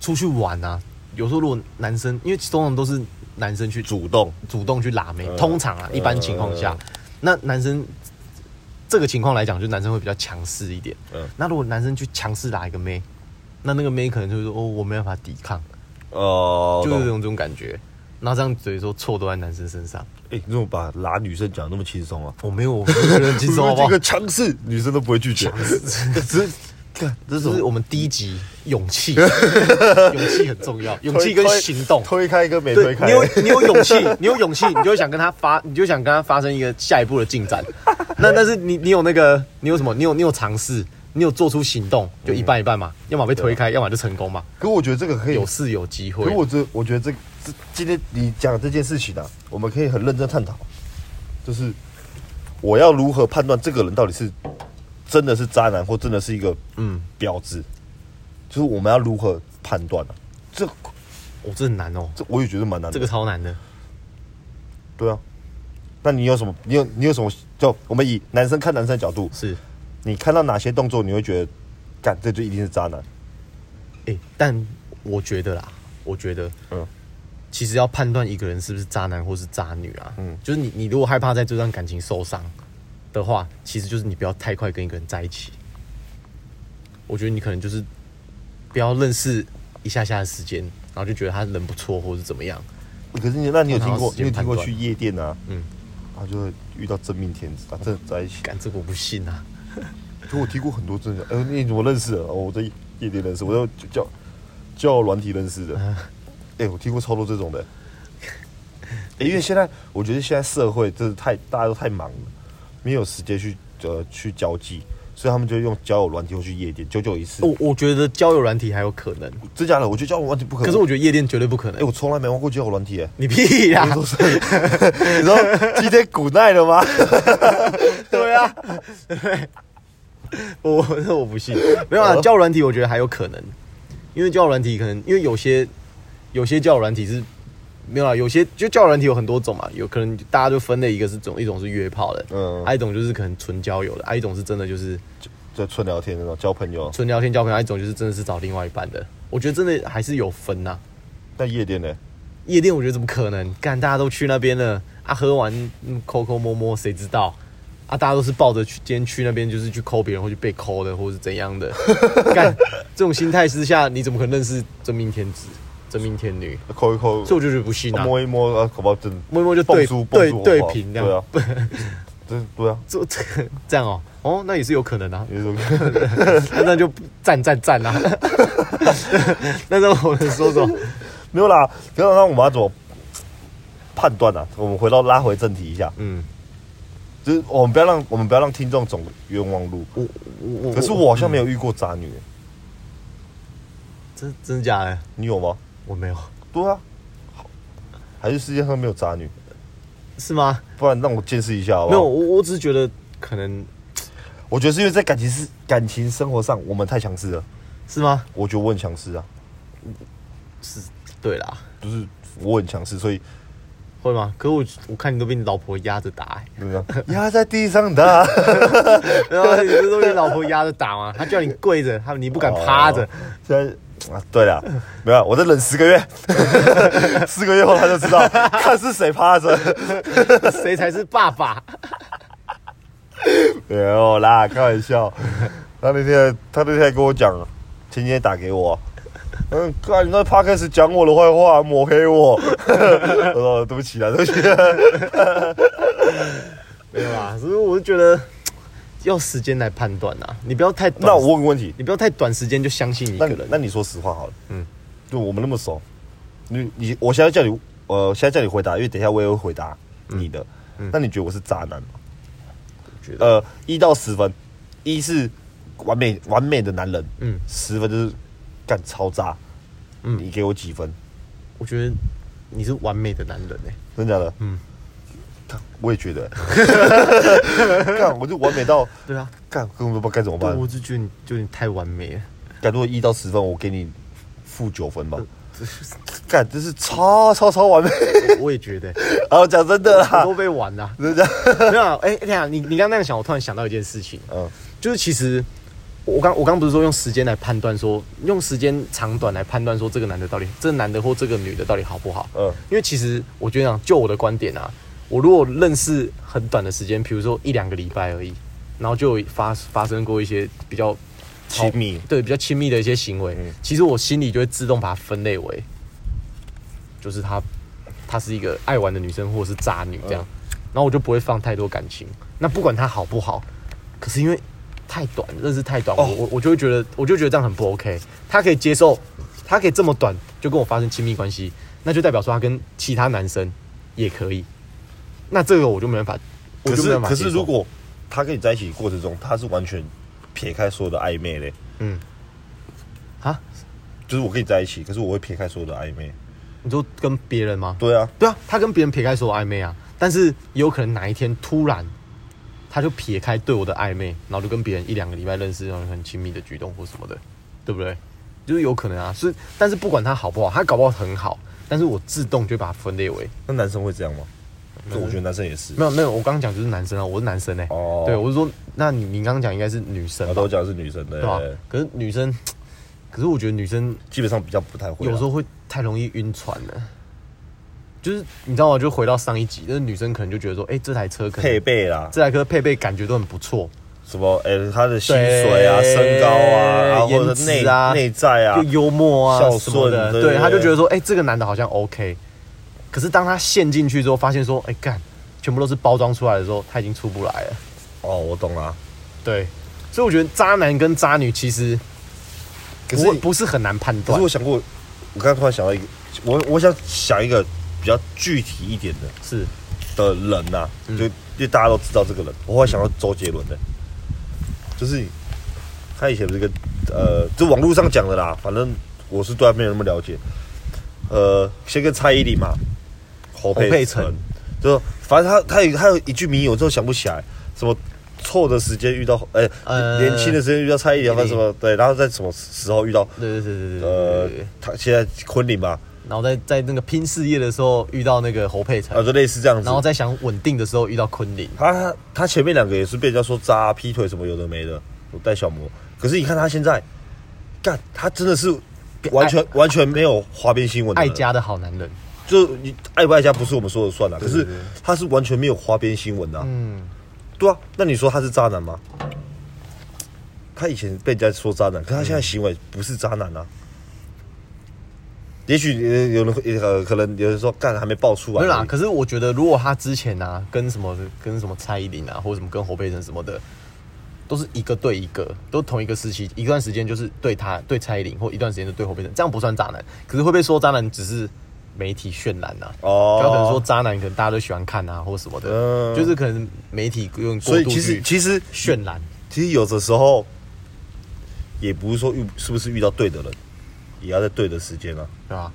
Speaker 1: 出去玩啊，有时候如果男生，因为通常都是男生去主
Speaker 2: 主动
Speaker 1: 主动去拉妹，
Speaker 2: 嗯
Speaker 1: 通常啊，
Speaker 2: 嗯
Speaker 1: 一般情况下，那男生这个情况来讲，就男生会比较强势一点。
Speaker 2: 嗯
Speaker 1: 那如果男生去强势拉一个妹，那那个妹可能就会说：“哦，我没办法抵抗。”
Speaker 2: 哦，
Speaker 1: 就是这
Speaker 2: 懂
Speaker 1: 种这种感觉。那这样等于说错都在男生身上。
Speaker 2: 哎、你怎么把拉女生讲得那么轻松啊？
Speaker 1: 我没有，我觉得很 轻松好不
Speaker 2: 这
Speaker 1: 好
Speaker 2: 个？强势女生都不会拒绝， 只是看这
Speaker 1: 这是
Speaker 2: 种
Speaker 1: 我们第一集勇气， 勇气很重 要，勇气跟行动。
Speaker 2: 推开跟没
Speaker 1: 对
Speaker 2: 推开，
Speaker 1: 你有你有勇气，你有勇气，你就会想跟他发，你就想跟他发生一个下一步的进 展。那但是你你有那个，你有什么？你有你有尝试，你有做出行动，就一半一半嘛，要么被推开，要么就成功嘛。
Speaker 2: 可我觉得这个可以
Speaker 1: 有是有机会
Speaker 2: 啊可，我这我觉得这这今天你讲这件事情啊，我们可以很认真探讨，就是我要如何判断这个人到底是真的是渣男，或真的是一个嗯婊子，就是我们要如何判断啊？这
Speaker 1: 哦，这很难哦，
Speaker 2: 这我也觉得蛮难的。
Speaker 1: 这个超难的。
Speaker 2: 对啊，那你有什么？你有你有什么？就我们以男生看男生的角度，
Speaker 1: 是，
Speaker 2: 你看到哪些动作你会觉得，干这就一定是渣男？
Speaker 1: 哎，但我觉得啦，我觉得
Speaker 2: 嗯，
Speaker 1: 其实要判断一个人是不是渣男或是渣女啊，
Speaker 2: 嗯
Speaker 1: 嗯，就是你你如果害怕在这段感情受伤的话，其实就是你不要太快跟一个人在一起。我觉得你可能就是不要认识一下下的时间，然后就觉得他人不错或是怎么样，
Speaker 2: 可是你那你有听
Speaker 1: 然后
Speaker 2: 过
Speaker 1: 时
Speaker 2: 你
Speaker 1: 间
Speaker 2: 有听过
Speaker 1: 判断
Speaker 2: 去夜店啊？
Speaker 1: 嗯，
Speaker 2: 然后就会遇到真命天子啊，真的在一起。
Speaker 1: 干这个我不信啊。
Speaker 2: 可我听过很多真的，呃，你怎么认识的？哦，我在夜店认识，我在叫叫软体认识的。
Speaker 1: 嗯
Speaker 2: 哎、我听过超多这种的、哎，因为现在我觉得现在社会真的太大家都太忙了，没有时间去呃去交际，所以他们就用交友软体或去夜店，久久一次。
Speaker 1: 我我觉得交友软体还有可能，
Speaker 2: 真假的？我觉得交友软体不可能。
Speaker 1: 可是我觉得夜店绝对不可能。
Speaker 2: 哎、我从来没玩过交友 软体、哎。
Speaker 1: 你屁啦！
Speaker 2: 都是你说今天古代了吗？
Speaker 1: 对啊， 我我我不信，没有啊，交友软体我觉得还有可能，因为交友软体可能因为有些有些交友软体是没有啊，有些就交友软体有很多种嘛，有可能大家就分类一个是种一种是约炮的，
Speaker 2: 嗯
Speaker 1: 嗯，还、有一种就是可能纯交友的，啊还、有一种是真的就是
Speaker 2: 就纯聊天那种交朋友，
Speaker 1: 纯聊天交朋友，还、有一种就是真的是找另外一半的，我觉得真的还是有分呐、啊
Speaker 2: 那夜店呢、
Speaker 1: 夜店我觉得怎么可能？干，大家都去那边了啊，喝完嗯抠抠摸摸，谁知道啊？大家都是抱着去今天去那边就是去抠别人，或去被抠的，或是怎样的。 干，这种心态之下，你怎么可能认识真命天子、真命天女？
Speaker 2: 扣一扣，
Speaker 1: 所以我就觉得不信啊，
Speaker 2: 摸一摸，啊，搞不好真
Speaker 1: 摸一摸就
Speaker 2: 蹦
Speaker 1: 对
Speaker 2: 出蹦
Speaker 1: 对
Speaker 2: 出
Speaker 1: 对
Speaker 2: 好不好
Speaker 1: 平这
Speaker 2: 对
Speaker 1: 样
Speaker 2: 啊，， 真对啊，
Speaker 1: 这这个 这样哦，哦，那也是有可能啊，
Speaker 2: 你说
Speaker 1: 那那就赞赞赞 啊！ 那那我能说什么？
Speaker 2: 没有啦？可是那我们要怎么判断啊？我们回到拉回正题一下，
Speaker 1: 嗯，
Speaker 2: 就是我们不要让我们不要让听众走冤枉路。
Speaker 1: 我我我
Speaker 2: 可是我好像没有遇过渣女、
Speaker 1: 真真的假的？
Speaker 2: 你有吗？
Speaker 1: 我没有，
Speaker 2: 对啊，还是世界上没有渣女？
Speaker 1: 是吗？
Speaker 2: 不然让我见识一下好
Speaker 1: 没
Speaker 2: 不
Speaker 1: 有，
Speaker 2: 好？
Speaker 1: 我我只是觉得可能
Speaker 2: 我觉得是因为在感情是感情生活上我们太强势了，
Speaker 1: 是吗？
Speaker 2: 我觉得我很强势啊，
Speaker 1: 是，对啦，
Speaker 2: 就是我很强势，所以
Speaker 1: 会吗？可我我看你都被你老婆压着打、 欸，
Speaker 2: 怎么样？压在地上打。
Speaker 1: 啊然后你不是都被你老婆压着打吗？她叫你跪着，她你不敢趴着，
Speaker 2: 哦现在啊，对了，没有，我再忍十个月， 四个月后他就知道， 看是谁趴着。
Speaker 1: 谁才是爸爸？
Speaker 2: 没有啦，开玩笑。他那天，他那天还跟我讲，前几天打给我， 嗯，看你那 p 开始讲我的坏话，抹黑我。 我说哦对不起啦，对不起。
Speaker 1: 没有啊，所以我就觉得要时间来判断啊，你不要太短
Speaker 2: 那我问个问题，
Speaker 1: 你不要太短时间就相信一
Speaker 2: 那
Speaker 1: 个
Speaker 2: 你
Speaker 1: 人。
Speaker 2: 那你说实话好了，
Speaker 1: 嗯
Speaker 2: 嗯，就我们那么熟，你你，我现在叫你，呃，我现在叫你回答，因为等一下我也会回答你的。那你觉得我是渣男吗？
Speaker 1: 嗯觉得
Speaker 2: 呃，一到十分，一是完美完美的男人，
Speaker 1: 嗯
Speaker 2: 嗯，十分就是干超渣，嗯，你给我几分？
Speaker 1: 我觉得你是完美的男人哎、
Speaker 2: 真的假的？嗯，我也觉 得、干我就完美到
Speaker 1: 对啊，
Speaker 2: 干根本不知道该怎么
Speaker 1: 对，
Speaker 2: 办
Speaker 1: 我。就觉得你就你太完美 了，
Speaker 2: 干如果一到十分，我给你负九分吧。 干这是超超超完美，
Speaker 1: 我我也觉得、
Speaker 2: 然后讲真
Speaker 1: 我
Speaker 2: 的啦，
Speaker 1: 都被玩了、
Speaker 2: 真的假的，
Speaker 1: 没有啊，哎、等一下你你刚刚那样想，我突然想到一件事情，
Speaker 2: 嗯，
Speaker 1: 就是其实我刚我刚不是说用时间来判断说，用时间长短来判断说这个男的到底这个男的或这个女的到底好不好？
Speaker 2: 嗯
Speaker 1: 因为其实我觉得啊，就我的观点啊，我如果认识很短的时间，比如说一两个礼拜而已，然后就有发发生过一些比较
Speaker 2: 亲密
Speaker 1: 对比较亲密的一些行为，
Speaker 2: 嗯
Speaker 1: 其实我心里就会自动把它分类为，就是她她是一个爱玩的女生，或者是渣女这样，
Speaker 2: 嗯
Speaker 1: 然后我就不会放太多感情。那不管她好不好，可是因为太短，认识太短，
Speaker 2: 哦
Speaker 1: 我我我就会觉得，我就觉得这样很不 OK。她可以接受，她可以这么短就跟我发生亲密关系，那就代表说她跟其他男生也可以。那这个我就没办法，我
Speaker 2: 可
Speaker 1: 就没
Speaker 2: 是
Speaker 1: 办法
Speaker 2: 可
Speaker 1: 接
Speaker 2: 是
Speaker 1: 受
Speaker 2: 如果他跟你在一起过程中，他是完全撇开所有的暧昧嘞，
Speaker 1: 嗯啊，
Speaker 2: 就是我跟你在一起，可是我会撇开所有的暧昧。
Speaker 1: 你就跟别人吗？
Speaker 2: 对啊，
Speaker 1: 对啊，他跟别人撇开所有暧昧啊，但是也有可能哪一天突然，他就撇开对我的暧昧，然后就跟别人一两个礼拜认识，然后很亲密的举动或什么的，对不对？就是有可能啊，是，但是不管他好不好，他搞不好很好，但是我自动就把他分类为
Speaker 2: 那男生会这样吗？这我觉得男生也是
Speaker 1: 没，有没有，我刚刚讲就是男生啊，我是男生哎、
Speaker 2: 哦
Speaker 1: 对，我是说，那你你刚刚讲应该是女生
Speaker 2: 我
Speaker 1: 吧，
Speaker 2: 都讲的是女生的，
Speaker 1: 对吧？可是女生，可是我觉得女生
Speaker 2: 基本上比较不太会啦。
Speaker 1: 有时候会太容易晕船了。就是你知道吗？就回到上一集，那女生可能就觉得说，哎、这台车可能
Speaker 2: 配备啦，
Speaker 1: 这台车配备感觉都很不错，
Speaker 2: 什么哎、他的薪水啊、
Speaker 1: 对
Speaker 2: 身高啊，然后或
Speaker 1: 颜
Speaker 2: 者
Speaker 1: 值
Speaker 2: 内
Speaker 1: 啊、
Speaker 2: 内在啊
Speaker 1: 就，幽默啊、
Speaker 2: 孝顺
Speaker 1: 什么的，
Speaker 2: 对
Speaker 1: 对，
Speaker 2: 对
Speaker 1: 他就觉得说，哎、这个男的好像 OK。可是当他陷进去之后，发现说，哎、干，全部都是包装出来的时候，他已经出不来了。
Speaker 2: 哦，我懂啦。
Speaker 1: 对，所以我觉得渣男跟渣女其实
Speaker 2: 可是
Speaker 1: 不不是很难判
Speaker 2: 可
Speaker 1: 断
Speaker 2: 是我，想过，我刚刚突然想到一个，我我想想一个比较具体一点的
Speaker 1: 是
Speaker 2: 的人呐、
Speaker 1: 嗯
Speaker 2: 就就大家都知道这个人，我会想到周杰伦的，就是他以前不是跟呃，就网络上讲的啦，反正我是对他没有那么了解。呃，先跟蔡依林嘛，
Speaker 1: 侯
Speaker 2: 侯
Speaker 1: 佩
Speaker 2: 佩
Speaker 1: 岑
Speaker 2: 岑，就反正他他有他有一句谜语，我真的想不起来，什么错的时间遇到，哎、
Speaker 1: 呃
Speaker 2: 年轻的时间遇到蔡依林，反正什么对，然后在什么时候遇到，
Speaker 1: 对对对对对对
Speaker 2: 呃
Speaker 1: 对。，
Speaker 2: 他现在昆凌嘛，
Speaker 1: 然后在在那个拼事业的时候遇到那个侯佩岑
Speaker 2: 啊，，就类似这样子，
Speaker 1: 然后在想稳定的时候遇到昆凌，
Speaker 2: 他他前面两个也是被人家说渣、劈腿什么有的没的，我带小魔。可是你看他现在，干他真的是完全完全没有花边新闻的
Speaker 1: 爱
Speaker 2: 人，
Speaker 1: 家的好男人。
Speaker 2: 就你爱不爱家不是我们说了算的，可
Speaker 1: 对
Speaker 2: 是
Speaker 1: 对
Speaker 2: 他是完全没有花边新闻的、啊。
Speaker 1: 嗯，
Speaker 2: 对啊，那你说他是渣男吗？他以前被人家说渣男，可他现在
Speaker 1: 嗯
Speaker 2: 行为不是渣男啊。也许呃有人呃可能有人说干还没爆出来
Speaker 1: 没
Speaker 2: 而已，
Speaker 1: 有啦。可是我觉得，如果他之前啊，跟什么跟什么蔡依林啊，或者什么跟侯佩岑什么的，都是一个对一个，都同一个时期，一段时间就是对他对蔡依林，或一段时间就对侯佩岑，这样不算渣男。可是会被说渣男，只是媒体渲染呐、啊。
Speaker 2: 哦
Speaker 1: 就他可能说渣男，可能大家都喜欢看啊，或什么的，
Speaker 2: 嗯
Speaker 1: 就是可能媒体用过
Speaker 2: 所以
Speaker 1: 度
Speaker 2: 其实
Speaker 1: 去
Speaker 2: 其实
Speaker 1: 渲染。
Speaker 2: 其实有的时候，也不是说遇是不是遇到对的人，也要在对的时间啊。
Speaker 1: 对吧？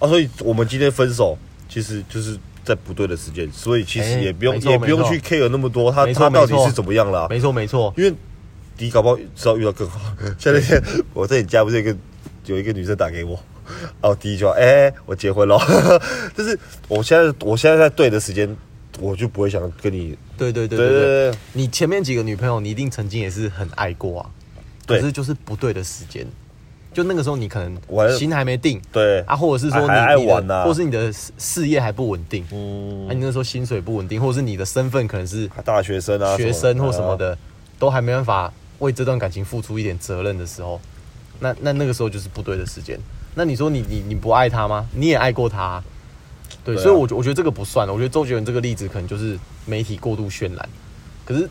Speaker 2: 啊，所以我们今天分手，其实就是在不对的时间，所以其实
Speaker 1: 哎
Speaker 2: 也不用、
Speaker 1: 没错
Speaker 2: 也不
Speaker 1: 没
Speaker 2: 用
Speaker 1: 错
Speaker 2: 去 care 那么多，他
Speaker 1: 没错
Speaker 2: 他到底
Speaker 1: 没错
Speaker 2: 是怎么样啦、
Speaker 1: 没错没错，
Speaker 2: 因为你搞不好知道遇到更好。 像那天 我在你家不是有一个有一个女生打给我，然后第一句话，哎、我结婚了， 就是我现在我现在在对的时间，我就不会想跟你
Speaker 1: 对对对对
Speaker 2: 对对
Speaker 1: 对
Speaker 2: 对
Speaker 1: 对，你前面几个女朋友，你一定曾经也是很爱过啊，
Speaker 2: 对
Speaker 1: 可是就是不对的时间，就那个时候你可能
Speaker 2: 我还
Speaker 1: 心还没定，
Speaker 2: 对
Speaker 1: 啊，或者是说你
Speaker 2: 还还爱
Speaker 1: 你的
Speaker 2: 玩呐啊
Speaker 1: 或是你的事事业还不稳定，
Speaker 2: 嗯
Speaker 1: 啊，你那时候薪水不稳定，或者是你的身份可能是
Speaker 2: 大学生啊，
Speaker 1: 学生或什么
Speaker 2: 的。
Speaker 1: 的，都还没办法为这段感情付出一点责任的时候，那那那个时候就是不对的时间。那你说你你你不爱他吗？你也爱过他啊、对，
Speaker 2: 对啊
Speaker 1: 所以我觉我觉得这个不算。我觉得周杰伦这个例子可能就是媒体过度渲染，可是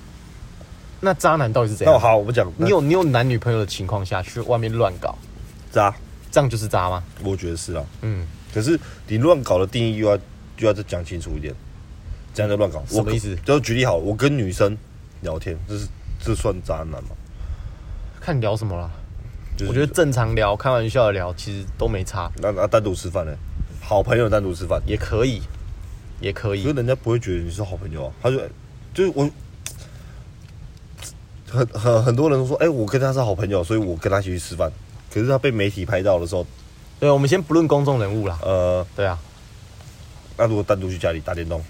Speaker 1: 那渣男到底是怎
Speaker 2: 那我
Speaker 1: 样？
Speaker 2: 好，我们讲
Speaker 1: 啊你有你有男女朋友的情况下去外面乱搞，
Speaker 2: 渣，
Speaker 1: 这样就是渣吗？
Speaker 2: 我觉得是啊。
Speaker 1: 嗯，
Speaker 2: 可是你乱搞的定义又要又要再讲清楚一点，这样就乱搞。
Speaker 1: 嗯什么意思
Speaker 2: 我就举例好了，我跟女生聊天，这是这算渣男吗？
Speaker 1: 看你聊什么啦。
Speaker 2: 就是
Speaker 1: 我觉得正常聊、开玩笑的聊，其实都没差，
Speaker 2: 那那单独吃饭呢？好朋友单独吃饭，
Speaker 1: 也可以，也可
Speaker 2: 可是
Speaker 1: 以。
Speaker 2: 人家不会觉得你是好朋友啊。他就就是我，很很很多人都说，哎、我跟他是好朋友，所以我跟他一起去吃饭。可是他被媒体拍到的时候，
Speaker 1: 对，我们先不论公众人物啦。
Speaker 2: 呃，
Speaker 1: 对啊，
Speaker 2: 那如果单独去家里打电动，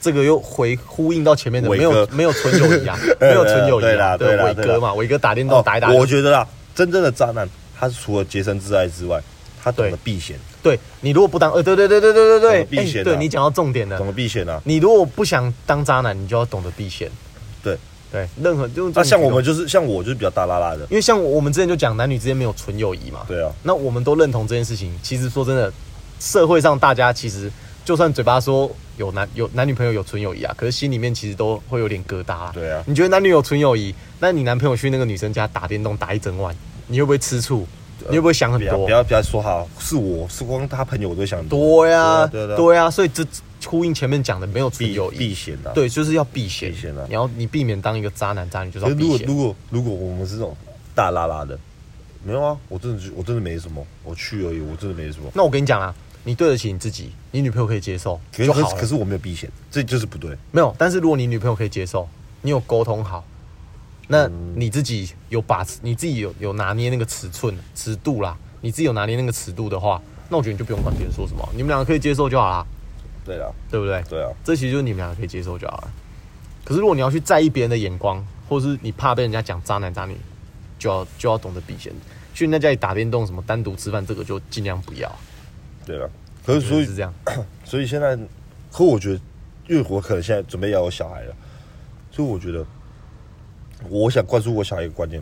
Speaker 1: 这个又回呼应到前面的，
Speaker 2: 伟
Speaker 1: 没
Speaker 2: 哥
Speaker 1: 有没有纯友谊啊，没有纯友谊、啊。
Speaker 2: 对啦对啦
Speaker 1: 伟
Speaker 2: 对啦
Speaker 1: 哥嘛，伟哥打电动打一打，
Speaker 2: 哦我觉得啦，真正的渣男，他除了洁身自爱之外，他懂得
Speaker 1: 对
Speaker 2: 避嫌，
Speaker 1: 对你如果不当呃，对对对对对对
Speaker 2: 懂
Speaker 1: 对，
Speaker 2: 得避嫌啊
Speaker 1: 对你讲到重点了
Speaker 2: 懂。得避嫌啊。
Speaker 1: 你如果不想当渣男，你就要懂得避嫌。
Speaker 2: 对，
Speaker 1: 对，任何就
Speaker 2: 那像我们，就是像我就是比较大拉拉的，
Speaker 1: 因为像我们之前就讲男女之间没有纯友谊嘛。
Speaker 2: 对啊，
Speaker 1: 那我们都认同这件事情。其实说真的，社会上大家其实就算嘴巴说有男有男女朋友有纯友谊啊，可是心里面其实都会有点疙瘩、啊。
Speaker 2: 对啊
Speaker 1: 你觉得男女有纯友谊，那你男朋友去那个女生家打电动打一整晚，你会不会吃醋？
Speaker 2: 呃
Speaker 1: 你会不会想很
Speaker 2: 不要
Speaker 1: 多
Speaker 2: 不？要不要说哈，是我是光他朋友我都想
Speaker 1: 多呀，
Speaker 2: 对啊对啊对啊
Speaker 1: 对呀，所以这呼应前面讲的没有纯
Speaker 2: 避
Speaker 1: 友
Speaker 2: 避
Speaker 1: 谊，
Speaker 2: 嫌啊。，
Speaker 1: 对，就是要避嫌。
Speaker 2: 避嫌啊
Speaker 1: 你要你避免当一个渣男渣女，就是
Speaker 2: 可
Speaker 1: 要
Speaker 2: 是
Speaker 1: 避
Speaker 2: 如果
Speaker 1: 嫌。
Speaker 2: 如果如果我们是这种大拉拉的，没有啊，我真的就我真的没什么，我去而已，我真的没什么。
Speaker 1: 那我跟你讲啊，你对得起你自己，你女朋友可以接受
Speaker 2: 可是
Speaker 1: 就
Speaker 2: 可
Speaker 1: 好
Speaker 2: 是
Speaker 1: 了
Speaker 2: 可。是我没有避嫌，这就是不对。
Speaker 1: 没有，但是如果你女朋友可以接受，你有沟通好，那你自己有把持，你自己有有拿捏那个尺寸尺度啦，你自己有拿捏那个尺度的话，那我觉得你就不用管别人说什么，你们两个可以接受就好啦，
Speaker 2: 对啦，
Speaker 1: 对不对？
Speaker 2: 对啊，
Speaker 1: 这其实就是你们两个可以接受就好了。可是如果你要去在意别人的眼光，或是你怕被人家讲渣男渣女，就要就要懂得避嫌。去人家家里打电动，什么单独吃饭，这个就尽量不要。
Speaker 2: 对啦。可是所以
Speaker 1: 是这样，
Speaker 2: 所以现在，可我觉得，因为我可能现在准备要有小孩了，所以我觉得，我想灌输我小孩一个观念，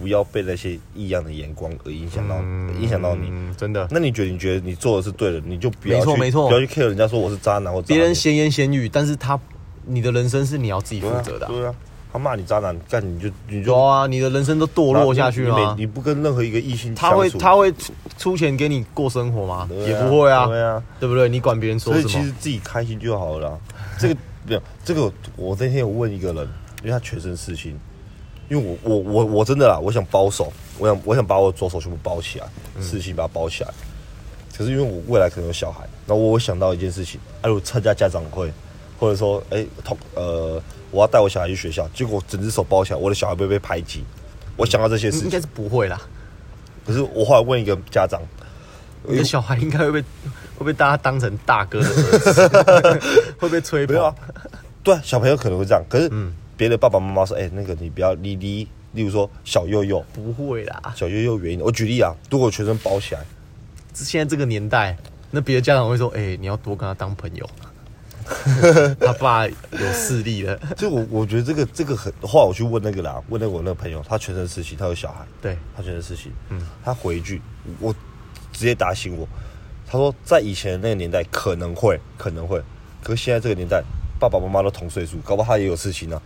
Speaker 2: 不要被那些异样的眼光而影响到，影响到你。
Speaker 1: 嗯，真的。
Speaker 2: 那你觉得你觉得你做的是对的，你就不要
Speaker 1: 没错
Speaker 2: 去
Speaker 1: 没错
Speaker 2: 不要去 care 人家说我是渣男或渣
Speaker 1: 别
Speaker 2: 女
Speaker 1: 人闲言闲语，但是他你的人生是你要自己负
Speaker 2: 对啊
Speaker 1: 责的啊、
Speaker 2: 对啊，他骂你渣男，干你就你
Speaker 1: 有
Speaker 2: 就
Speaker 1: 啊，你的人生都堕落下去
Speaker 2: 你
Speaker 1: 了
Speaker 2: 每。你不跟任何一个异性
Speaker 1: 他会
Speaker 2: 相处
Speaker 1: 他会出出钱给你过生活吗？
Speaker 2: 对
Speaker 1: 也不会啊，
Speaker 2: 对啊。
Speaker 1: 对不对？你管别人说
Speaker 2: 所以
Speaker 1: 什
Speaker 2: 其
Speaker 1: 么
Speaker 2: 实？自己开心就好了啦。 这个没有，这个我那天有问一个人，因为他全身刺青，因为我我我我真的啦，我想包手，我想我想把我左手全部包起来，刺青把它包起来。可是因为我未来可能有小孩，然后我我想到一件事情，哎、我参加家长会，或者说哎同呃我要带我小孩去学校，结果整只手包起来，我的小孩会被排挤。我想到这些
Speaker 1: 嗯
Speaker 2: 事
Speaker 1: 应
Speaker 2: 情，
Speaker 1: 该是不会啦。
Speaker 2: 哎可是我后来问一个家长，
Speaker 1: 你的小孩应该会被会被大家当成大哥的儿 子，会被吹
Speaker 2: 没有啊
Speaker 1: 捧。，
Speaker 2: 对啊，小朋友可能会这样，可是别的爸爸妈妈说，哎、那个你不要，你你，例如说小佑佑，
Speaker 1: 不会啦，
Speaker 2: 小佑佑原因，我举例啊，如果全身包起来，
Speaker 1: 现在这个年代，那别的家长会说：“哎、你要多跟他当 朋友。”他爸有势力了，
Speaker 2: 这我我觉得这个这个很，后来我去问那个啦，问那个我那个朋友，他全身是情，他有小孩，
Speaker 1: 对
Speaker 2: 他全身是情，嗯，他回一句，我直接打醒我，他说在以前那个年代可能会可能会，可是现在这个年代，爸爸妈妈都同岁数，搞不好他也有事情啊，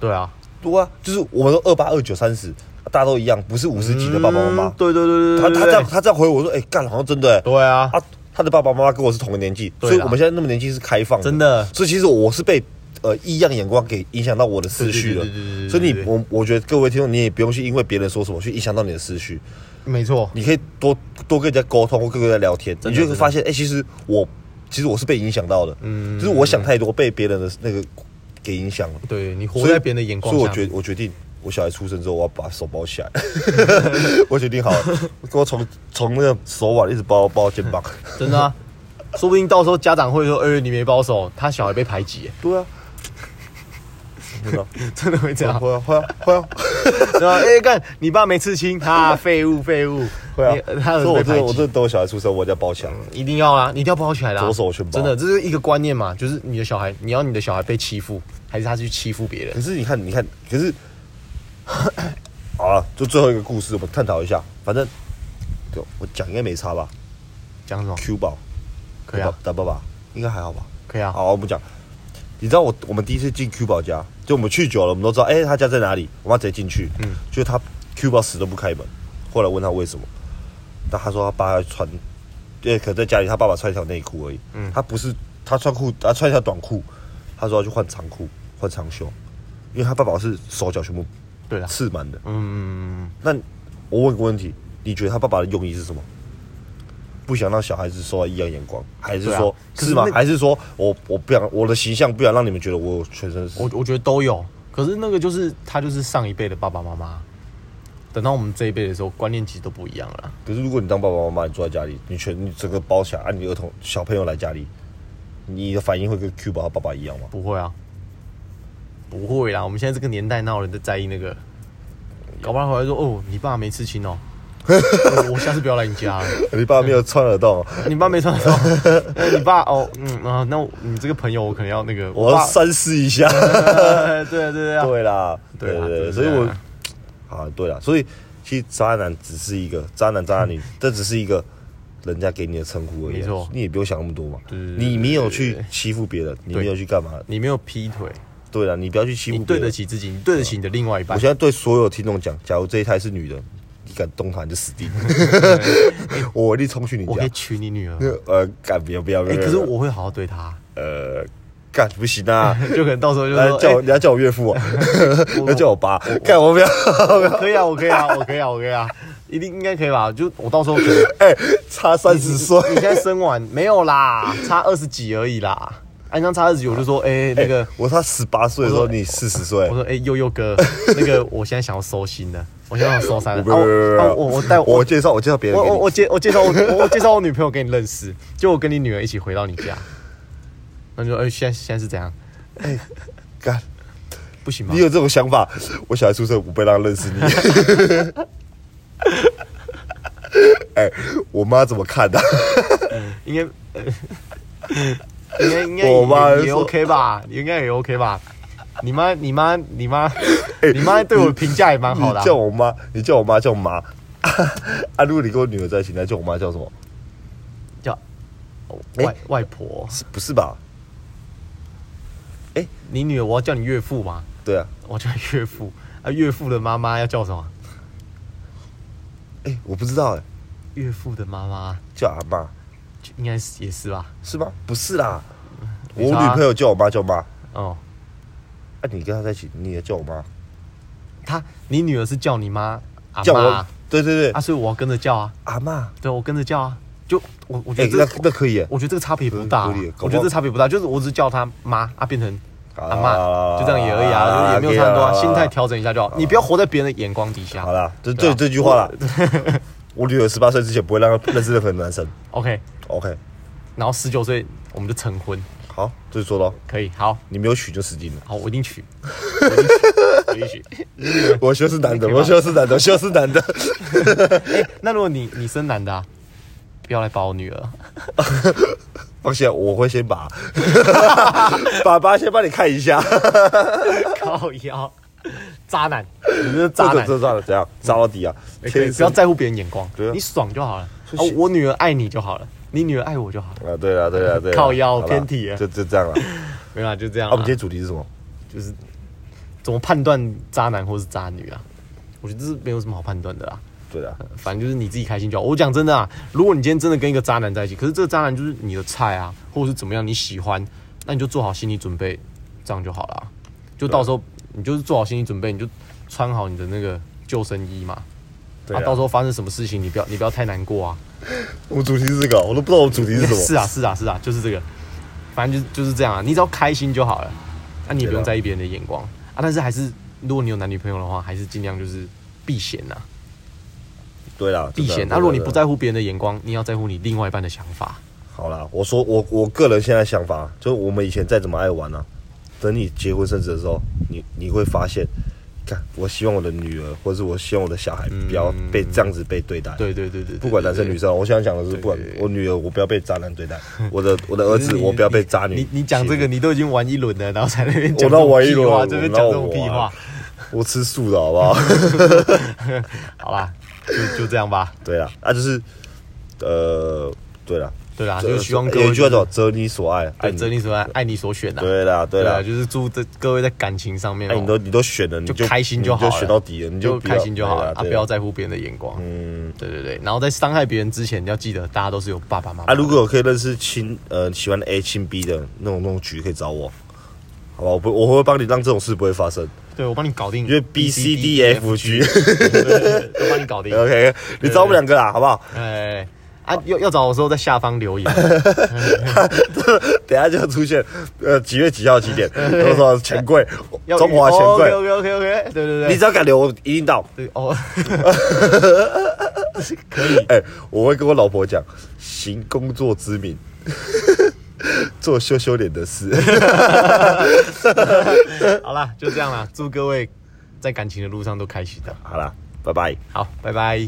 Speaker 1: 对啊，
Speaker 2: 对啊，就是我们都二八二九三十，大家都一样，不是五十几的爸爸妈妈。
Speaker 1: 嗯对对对
Speaker 2: 他
Speaker 1: 对对对，
Speaker 2: 他这样他这样回我说，哎、干，好像真的、欸。
Speaker 1: 对啊
Speaker 2: 啊，他的爸爸妈妈跟我是同个年纪，
Speaker 1: 对
Speaker 2: 所
Speaker 1: 啦
Speaker 2: 以我们现在那么年纪是开放的，
Speaker 1: 真的
Speaker 2: 所以其实我是被呃异样眼光给影响到我的思绪了
Speaker 1: 对对对对对。对
Speaker 2: 所以你
Speaker 1: 对
Speaker 2: 我我觉得各位听众，你也不用去因为别人说什么去影响到你的思绪，
Speaker 1: 没错，
Speaker 2: 你可以多多跟人家沟通或跟人家聊天，
Speaker 1: 真
Speaker 2: 你
Speaker 1: 的
Speaker 2: 就会发现，哎、其实我其实我是被影响到的，嗯，就是我想太多，被别人的那个给影响了。
Speaker 1: 对你活
Speaker 2: 所以
Speaker 1: 在别人的眼光下，
Speaker 2: 所以我决我决定，我小孩出生之后，我要把手包 起来。我决定好了，给我从从那个手腕一直包包到肩 膀。
Speaker 1: 真的啊，说不定到时候家长会说：“哎、你没保守，他小孩被排挤。
Speaker 2: 对啊，真的，”
Speaker 1: 真的会这样。
Speaker 2: 会啊会啊会啊。
Speaker 1: 然后哎干，你爸没刺青，他废物废物，
Speaker 2: 会啊
Speaker 1: 你，他
Speaker 2: 所以我
Speaker 1: 有
Speaker 2: 这
Speaker 1: 被排
Speaker 2: 个我
Speaker 1: 挤
Speaker 2: 这等我小孩出生，我一定要包起来。
Speaker 1: 一定要啊啦，你一定要包起来啦，
Speaker 2: 左手全包
Speaker 1: 真的，这是一个观念嘛，就是你的小孩，你要你的小孩被欺负，还是他去欺负别人
Speaker 2: 可？是你看，你看，可是好了，就最后一个故事，我们探讨一下。反正，对我讲应该没差吧
Speaker 1: 讲什么？
Speaker 2: ？Q 宝，
Speaker 1: 可以啊，
Speaker 2: 打爸爸应该还好吧？
Speaker 1: 可以啊，
Speaker 2: 好，我不讲。你知道我我们第一次进 Q 宝家，就我们去久了，我们都知道，哎、他家在哪里，我们要直接进去。嗯，就他 Q 宝死都不开门，后来问他为什么，但他说他爸要穿，对，可能在家里他爸爸穿一条内裤而已。嗯，他不是他穿裤，他穿一条短裤，他说要去换长裤，换长袖，因为他爸爸是手脚全部
Speaker 1: 对啦，
Speaker 2: 刺满的。
Speaker 1: 啊嗯，
Speaker 2: 那我问个问题，你觉得他爸爸的用意是什么？不想让小孩子受到异样眼光，还是
Speaker 1: 对啊
Speaker 2: 说、
Speaker 1: 可是
Speaker 2: 是吗
Speaker 1: 那？
Speaker 2: 还是说我我不想我的形象不想让你们觉得我全身是
Speaker 1: 我我觉得都有，可是那个就是他就是上一辈的爸爸妈妈，等到我们这一辈的时候，观念其实都不一样了啦。
Speaker 2: 可是如果你当爸爸妈妈，你坐在家里，你全你整个包起来，啊按、你儿童小朋友来家里，你的反应会跟 Q 宝他爸爸一样吗？
Speaker 1: 不会啊，不会啦，我们现在这个年代，哪有人在在意那个？搞不好回来说哦，你爸没刺青 哦，我我下次不要来你家了。
Speaker 2: 你爸没有穿耳洞，
Speaker 1: 你爸没穿 手，哎你爸哦，嗯啊，那我你这个朋友我可能要那个，
Speaker 2: 我要
Speaker 1: 爸，
Speaker 2: 三思一下。
Speaker 1: 呃 对对对啊，
Speaker 2: 对啦，
Speaker 1: 对
Speaker 2: 对
Speaker 1: 啦对
Speaker 2: 对对，
Speaker 1: 啦
Speaker 2: 所以我啊，对啦，所以其实渣男只是一个渣男，渣男女，这只是一个人家给你的称呼而已啊，
Speaker 1: 嗯没错
Speaker 2: 你也不用想那么多嘛。
Speaker 1: 对对对
Speaker 2: 你没有去欺负别人，你没有去干嘛？
Speaker 1: 你没有劈腿，
Speaker 2: 对啦，你不要去欺
Speaker 1: 你
Speaker 2: 负别
Speaker 1: 对得
Speaker 2: 人。
Speaker 1: 起自己，你对得起你的另外一
Speaker 2: 我
Speaker 1: 半
Speaker 2: 现。在对所有听众讲，假如这一胎是女的，你敢动她，你就死定了。 我一定冲去你
Speaker 1: 我可
Speaker 2: 家
Speaker 1: 以。娶你女儿，
Speaker 2: 呃，敢不要不要不
Speaker 1: 哎，
Speaker 2: 要！
Speaker 1: 可是我会好好对 她，
Speaker 2: 呃，干不行啊！
Speaker 1: 就可能到时候 就
Speaker 2: 来
Speaker 1: 说，
Speaker 2: 叫
Speaker 1: 哎
Speaker 2: 我，你要叫我岳父 啊，要叫我爸，干我不要。
Speaker 1: 我可以啊，我可以啊，我可以啊，我可以啊，一定应该可以吧？就我到时候可能，
Speaker 2: 哎，差三十岁，
Speaker 1: 你现在生完没有啦，差二十几而已啦，安刚差二十几，我就说，哎，那个。
Speaker 2: 我他十八岁的时候，你四十岁
Speaker 1: 我。说：“哎、佑佑哥，那个我现在想要收心了，我现在想收山了。
Speaker 2: 不不不不
Speaker 1: 啊
Speaker 2: 不，
Speaker 1: 我啊我我带我
Speaker 2: 我介绍我介绍别人
Speaker 1: 我
Speaker 2: 给
Speaker 1: 我
Speaker 2: 你，
Speaker 1: 我介我介绍 我我介绍我女朋友给你认识，就我跟你女儿一起回到你家，那你说哎、现在现在是怎样？
Speaker 2: 干，
Speaker 1: 不行吗
Speaker 2: 你？有这种想法，我小孩出生我不会让他认识你。 哎，我妈怎么看的？
Speaker 1: 应该、呃、 应该应该
Speaker 2: 我妈
Speaker 1: 也也
Speaker 2: 说
Speaker 1: OK 吧？应该也 OK 吧？你妈你妈你 妈、
Speaker 2: 哎
Speaker 1: 你妈对我的评价也蛮好的啊、
Speaker 2: 你叫我妈，你叫我妈叫妈。 啊，如果你跟我女儿在一起，你还叫我妈叫什么？
Speaker 1: 叫哦
Speaker 2: 哎
Speaker 1: 外、外婆，
Speaker 2: 是不是吧？
Speaker 1: 你女儿我要叫你岳父嘛，
Speaker 2: 对啊，
Speaker 1: 我叫你岳父啊，岳父的妈妈要叫什么？
Speaker 2: 哎，我不知道哎，
Speaker 1: 岳父的妈妈
Speaker 2: 叫阿妈
Speaker 1: 就应该是也是吧？
Speaker 2: 是吗？不是啦，我
Speaker 1: 没
Speaker 2: 女
Speaker 1: 差啊
Speaker 2: 朋友叫我妈叫妈，
Speaker 1: 哦，
Speaker 2: 啊，你跟她在一起，你也叫我妈，
Speaker 1: 她你女儿是叫你妈阿
Speaker 2: 叫
Speaker 1: 妈
Speaker 2: 我
Speaker 1: 啊，，
Speaker 2: 对对
Speaker 1: 啊
Speaker 2: 对，
Speaker 1: 所以我要跟着叫啊。
Speaker 2: 阿妈，
Speaker 1: 对，我跟着叫啊，就我我觉
Speaker 2: 哎
Speaker 1: 得，这
Speaker 2: 那
Speaker 1: 个、
Speaker 2: 那可以耶，
Speaker 1: 我觉得这个差别不大啊、
Speaker 2: 合理搞不好
Speaker 1: 我觉得这差别不大，就是我只是叫他妈啊，变成阿妈，
Speaker 2: 啊
Speaker 1: 就这样也而已啊，
Speaker 2: 啊
Speaker 1: 就是也没有差很多、
Speaker 2: 可以
Speaker 1: 啊，
Speaker 2: 啊
Speaker 1: 心态调整一下就好，你不要活在别人的眼光底下
Speaker 2: 好。啦，这
Speaker 1: 对
Speaker 2: 这
Speaker 1: 啊
Speaker 2: 这句话啦， 我女儿十八岁之前不会让她认识任何男生。
Speaker 1: OK，
Speaker 2: OK，
Speaker 1: 然后十九岁我们就成婚，
Speaker 2: 好，这就说到，
Speaker 1: 可以，好，
Speaker 2: 你没有娶就死定了。
Speaker 1: 好，我一定娶，我一定娶，我一定娶。
Speaker 2: 我希望是男的，
Speaker 1: 可以吧
Speaker 2: 我希望是男的，我希望是男的。
Speaker 1: 那如果你你生男的、啊，不要来把我女儿，
Speaker 2: 放心，啊我会先把 爸爸先帮你看一下，
Speaker 1: 靠腰，渣男，你这渣
Speaker 2: 这
Speaker 1: 男
Speaker 2: 这。算了，怎样渣到底啊？
Speaker 1: 哎可以
Speaker 2: 天
Speaker 1: 不要
Speaker 2: 生
Speaker 1: 在乎别人眼光
Speaker 2: 对啊，
Speaker 1: 你爽就好了。啊
Speaker 2: 所以，
Speaker 1: 我女儿爱你就好了，你女儿爱我就好了。
Speaker 2: 啊！对了对 了对了，
Speaker 1: 靠腰
Speaker 2: 好啦
Speaker 1: 偏题啊
Speaker 2: 就就这样了。
Speaker 1: 没有啦，就这样啦。
Speaker 2: 啊，我们今天主题是什么？
Speaker 1: 就是怎么判断渣男或是渣女啊？我觉得这是没有什么好判断的啦。
Speaker 2: 对啊，
Speaker 1: 反正就是你自己开心就好。我讲真的啊，如果你今天真的跟一个渣男在一起，可是这个渣男就是你的菜啊，或者是怎么样你喜欢，那你就做好心理准备，这样就好了。啊就到时候你就是做好心理准备，你就穿好你的那个救生衣嘛。
Speaker 2: 对啊
Speaker 1: 到时候发生什么事情，你不要你不要太难过啊。
Speaker 2: 我们主题是这个，我都不知道我们主题是什么。
Speaker 1: 是啊，是啊，是啊，就是这个，反正就就是这样啊，你只要开心就好了，那、你也不用
Speaker 2: 对
Speaker 1: 在意别人的眼光啊。但是还是，如果你有男女朋友的话，还是尽量就是避嫌呐、
Speaker 2: 对啦，
Speaker 1: 避
Speaker 2: 真的啊
Speaker 1: 嫌。那、
Speaker 2: 对
Speaker 1: 如果你
Speaker 2: 对
Speaker 1: 不在乎别人的眼光，你要在乎你另外一半的想法。
Speaker 2: 好啦，我说我我个人现在想法，就是我们以前再怎么爱玩呢、啊，等你结婚生子的时候，你你会发现，干，我希望我的女儿或者是我希望我的小孩不要被这样子被对待。
Speaker 1: 嗯对对对对，
Speaker 2: 不管男生女
Speaker 1: 生，
Speaker 2: 生，我想讲的是，不管我女儿，我不要被渣男对待；我 的我的儿子，我不要被渣女。
Speaker 1: 你你讲这个，你都已经玩一轮了，然后才那边
Speaker 2: 我
Speaker 1: 讲这
Speaker 2: 那
Speaker 1: 种
Speaker 2: 玩一
Speaker 1: 屁
Speaker 2: 轮，
Speaker 1: 话，
Speaker 2: 我
Speaker 1: 这边 讲这种
Speaker 2: 那
Speaker 1: 屁
Speaker 2: 我啊
Speaker 1: 话，
Speaker 2: 我吃素的好不 好？
Speaker 1: 好吧，就就这样吧。
Speaker 2: 对啦，啊就是，呃，对啦，
Speaker 1: 对啦，
Speaker 2: 这
Speaker 1: 啊就希望各
Speaker 2: 有
Speaker 1: 位
Speaker 2: 一句话叫“择你所爱，
Speaker 1: 对，
Speaker 2: 爱你
Speaker 1: 择你所爱，爱你所选”。呐。
Speaker 2: 对啦，对
Speaker 1: 对
Speaker 2: 啦
Speaker 1: 啊，，就是祝这各位在感情上面
Speaker 2: 哎，你
Speaker 1: 哦
Speaker 2: 都你都选了，你
Speaker 1: 就开心
Speaker 2: 就
Speaker 1: 就好
Speaker 2: 你
Speaker 1: 了，
Speaker 2: 选到底了，你
Speaker 1: 就
Speaker 2: 不要哎
Speaker 1: 开心就好了，啊，
Speaker 2: 对啦
Speaker 1: 不
Speaker 2: 对啦
Speaker 1: 要在乎别人的眼光。
Speaker 2: 嗯
Speaker 1: 对对对，然后在伤害别人之前，要记得大家都是有爸爸妈妈的。
Speaker 2: 啊，如果有可以认识亲呃喜欢 A 亲 B 的那种那种局，可以找我，好吧？我不我会帮你让这种事不会发生，
Speaker 1: 对我帮你搞定，
Speaker 2: 因为 B C
Speaker 1: E
Speaker 2: D F 呃 G
Speaker 1: 对对对都帮你搞定。
Speaker 2: OK，你找我们两个啦，好不好？
Speaker 1: 哎，啊，要要找我的时候在下方留 言，
Speaker 2: 等一下就出现 呃几月几号几 点，多少钱柜，
Speaker 1: 要哦
Speaker 2: 中华钱柜。
Speaker 1: OK OK OK，对对
Speaker 2: 你
Speaker 1: 对，
Speaker 2: 只要敢留，我一定到。
Speaker 1: 对哦，
Speaker 2: 哎、我会跟我老婆讲，行工作之名， 做羞羞脸的事。
Speaker 1: 好啦，就这样啦，祝各位在感情的路上都开心的。
Speaker 2: 好啦，拜拜。
Speaker 1: 好，拜拜。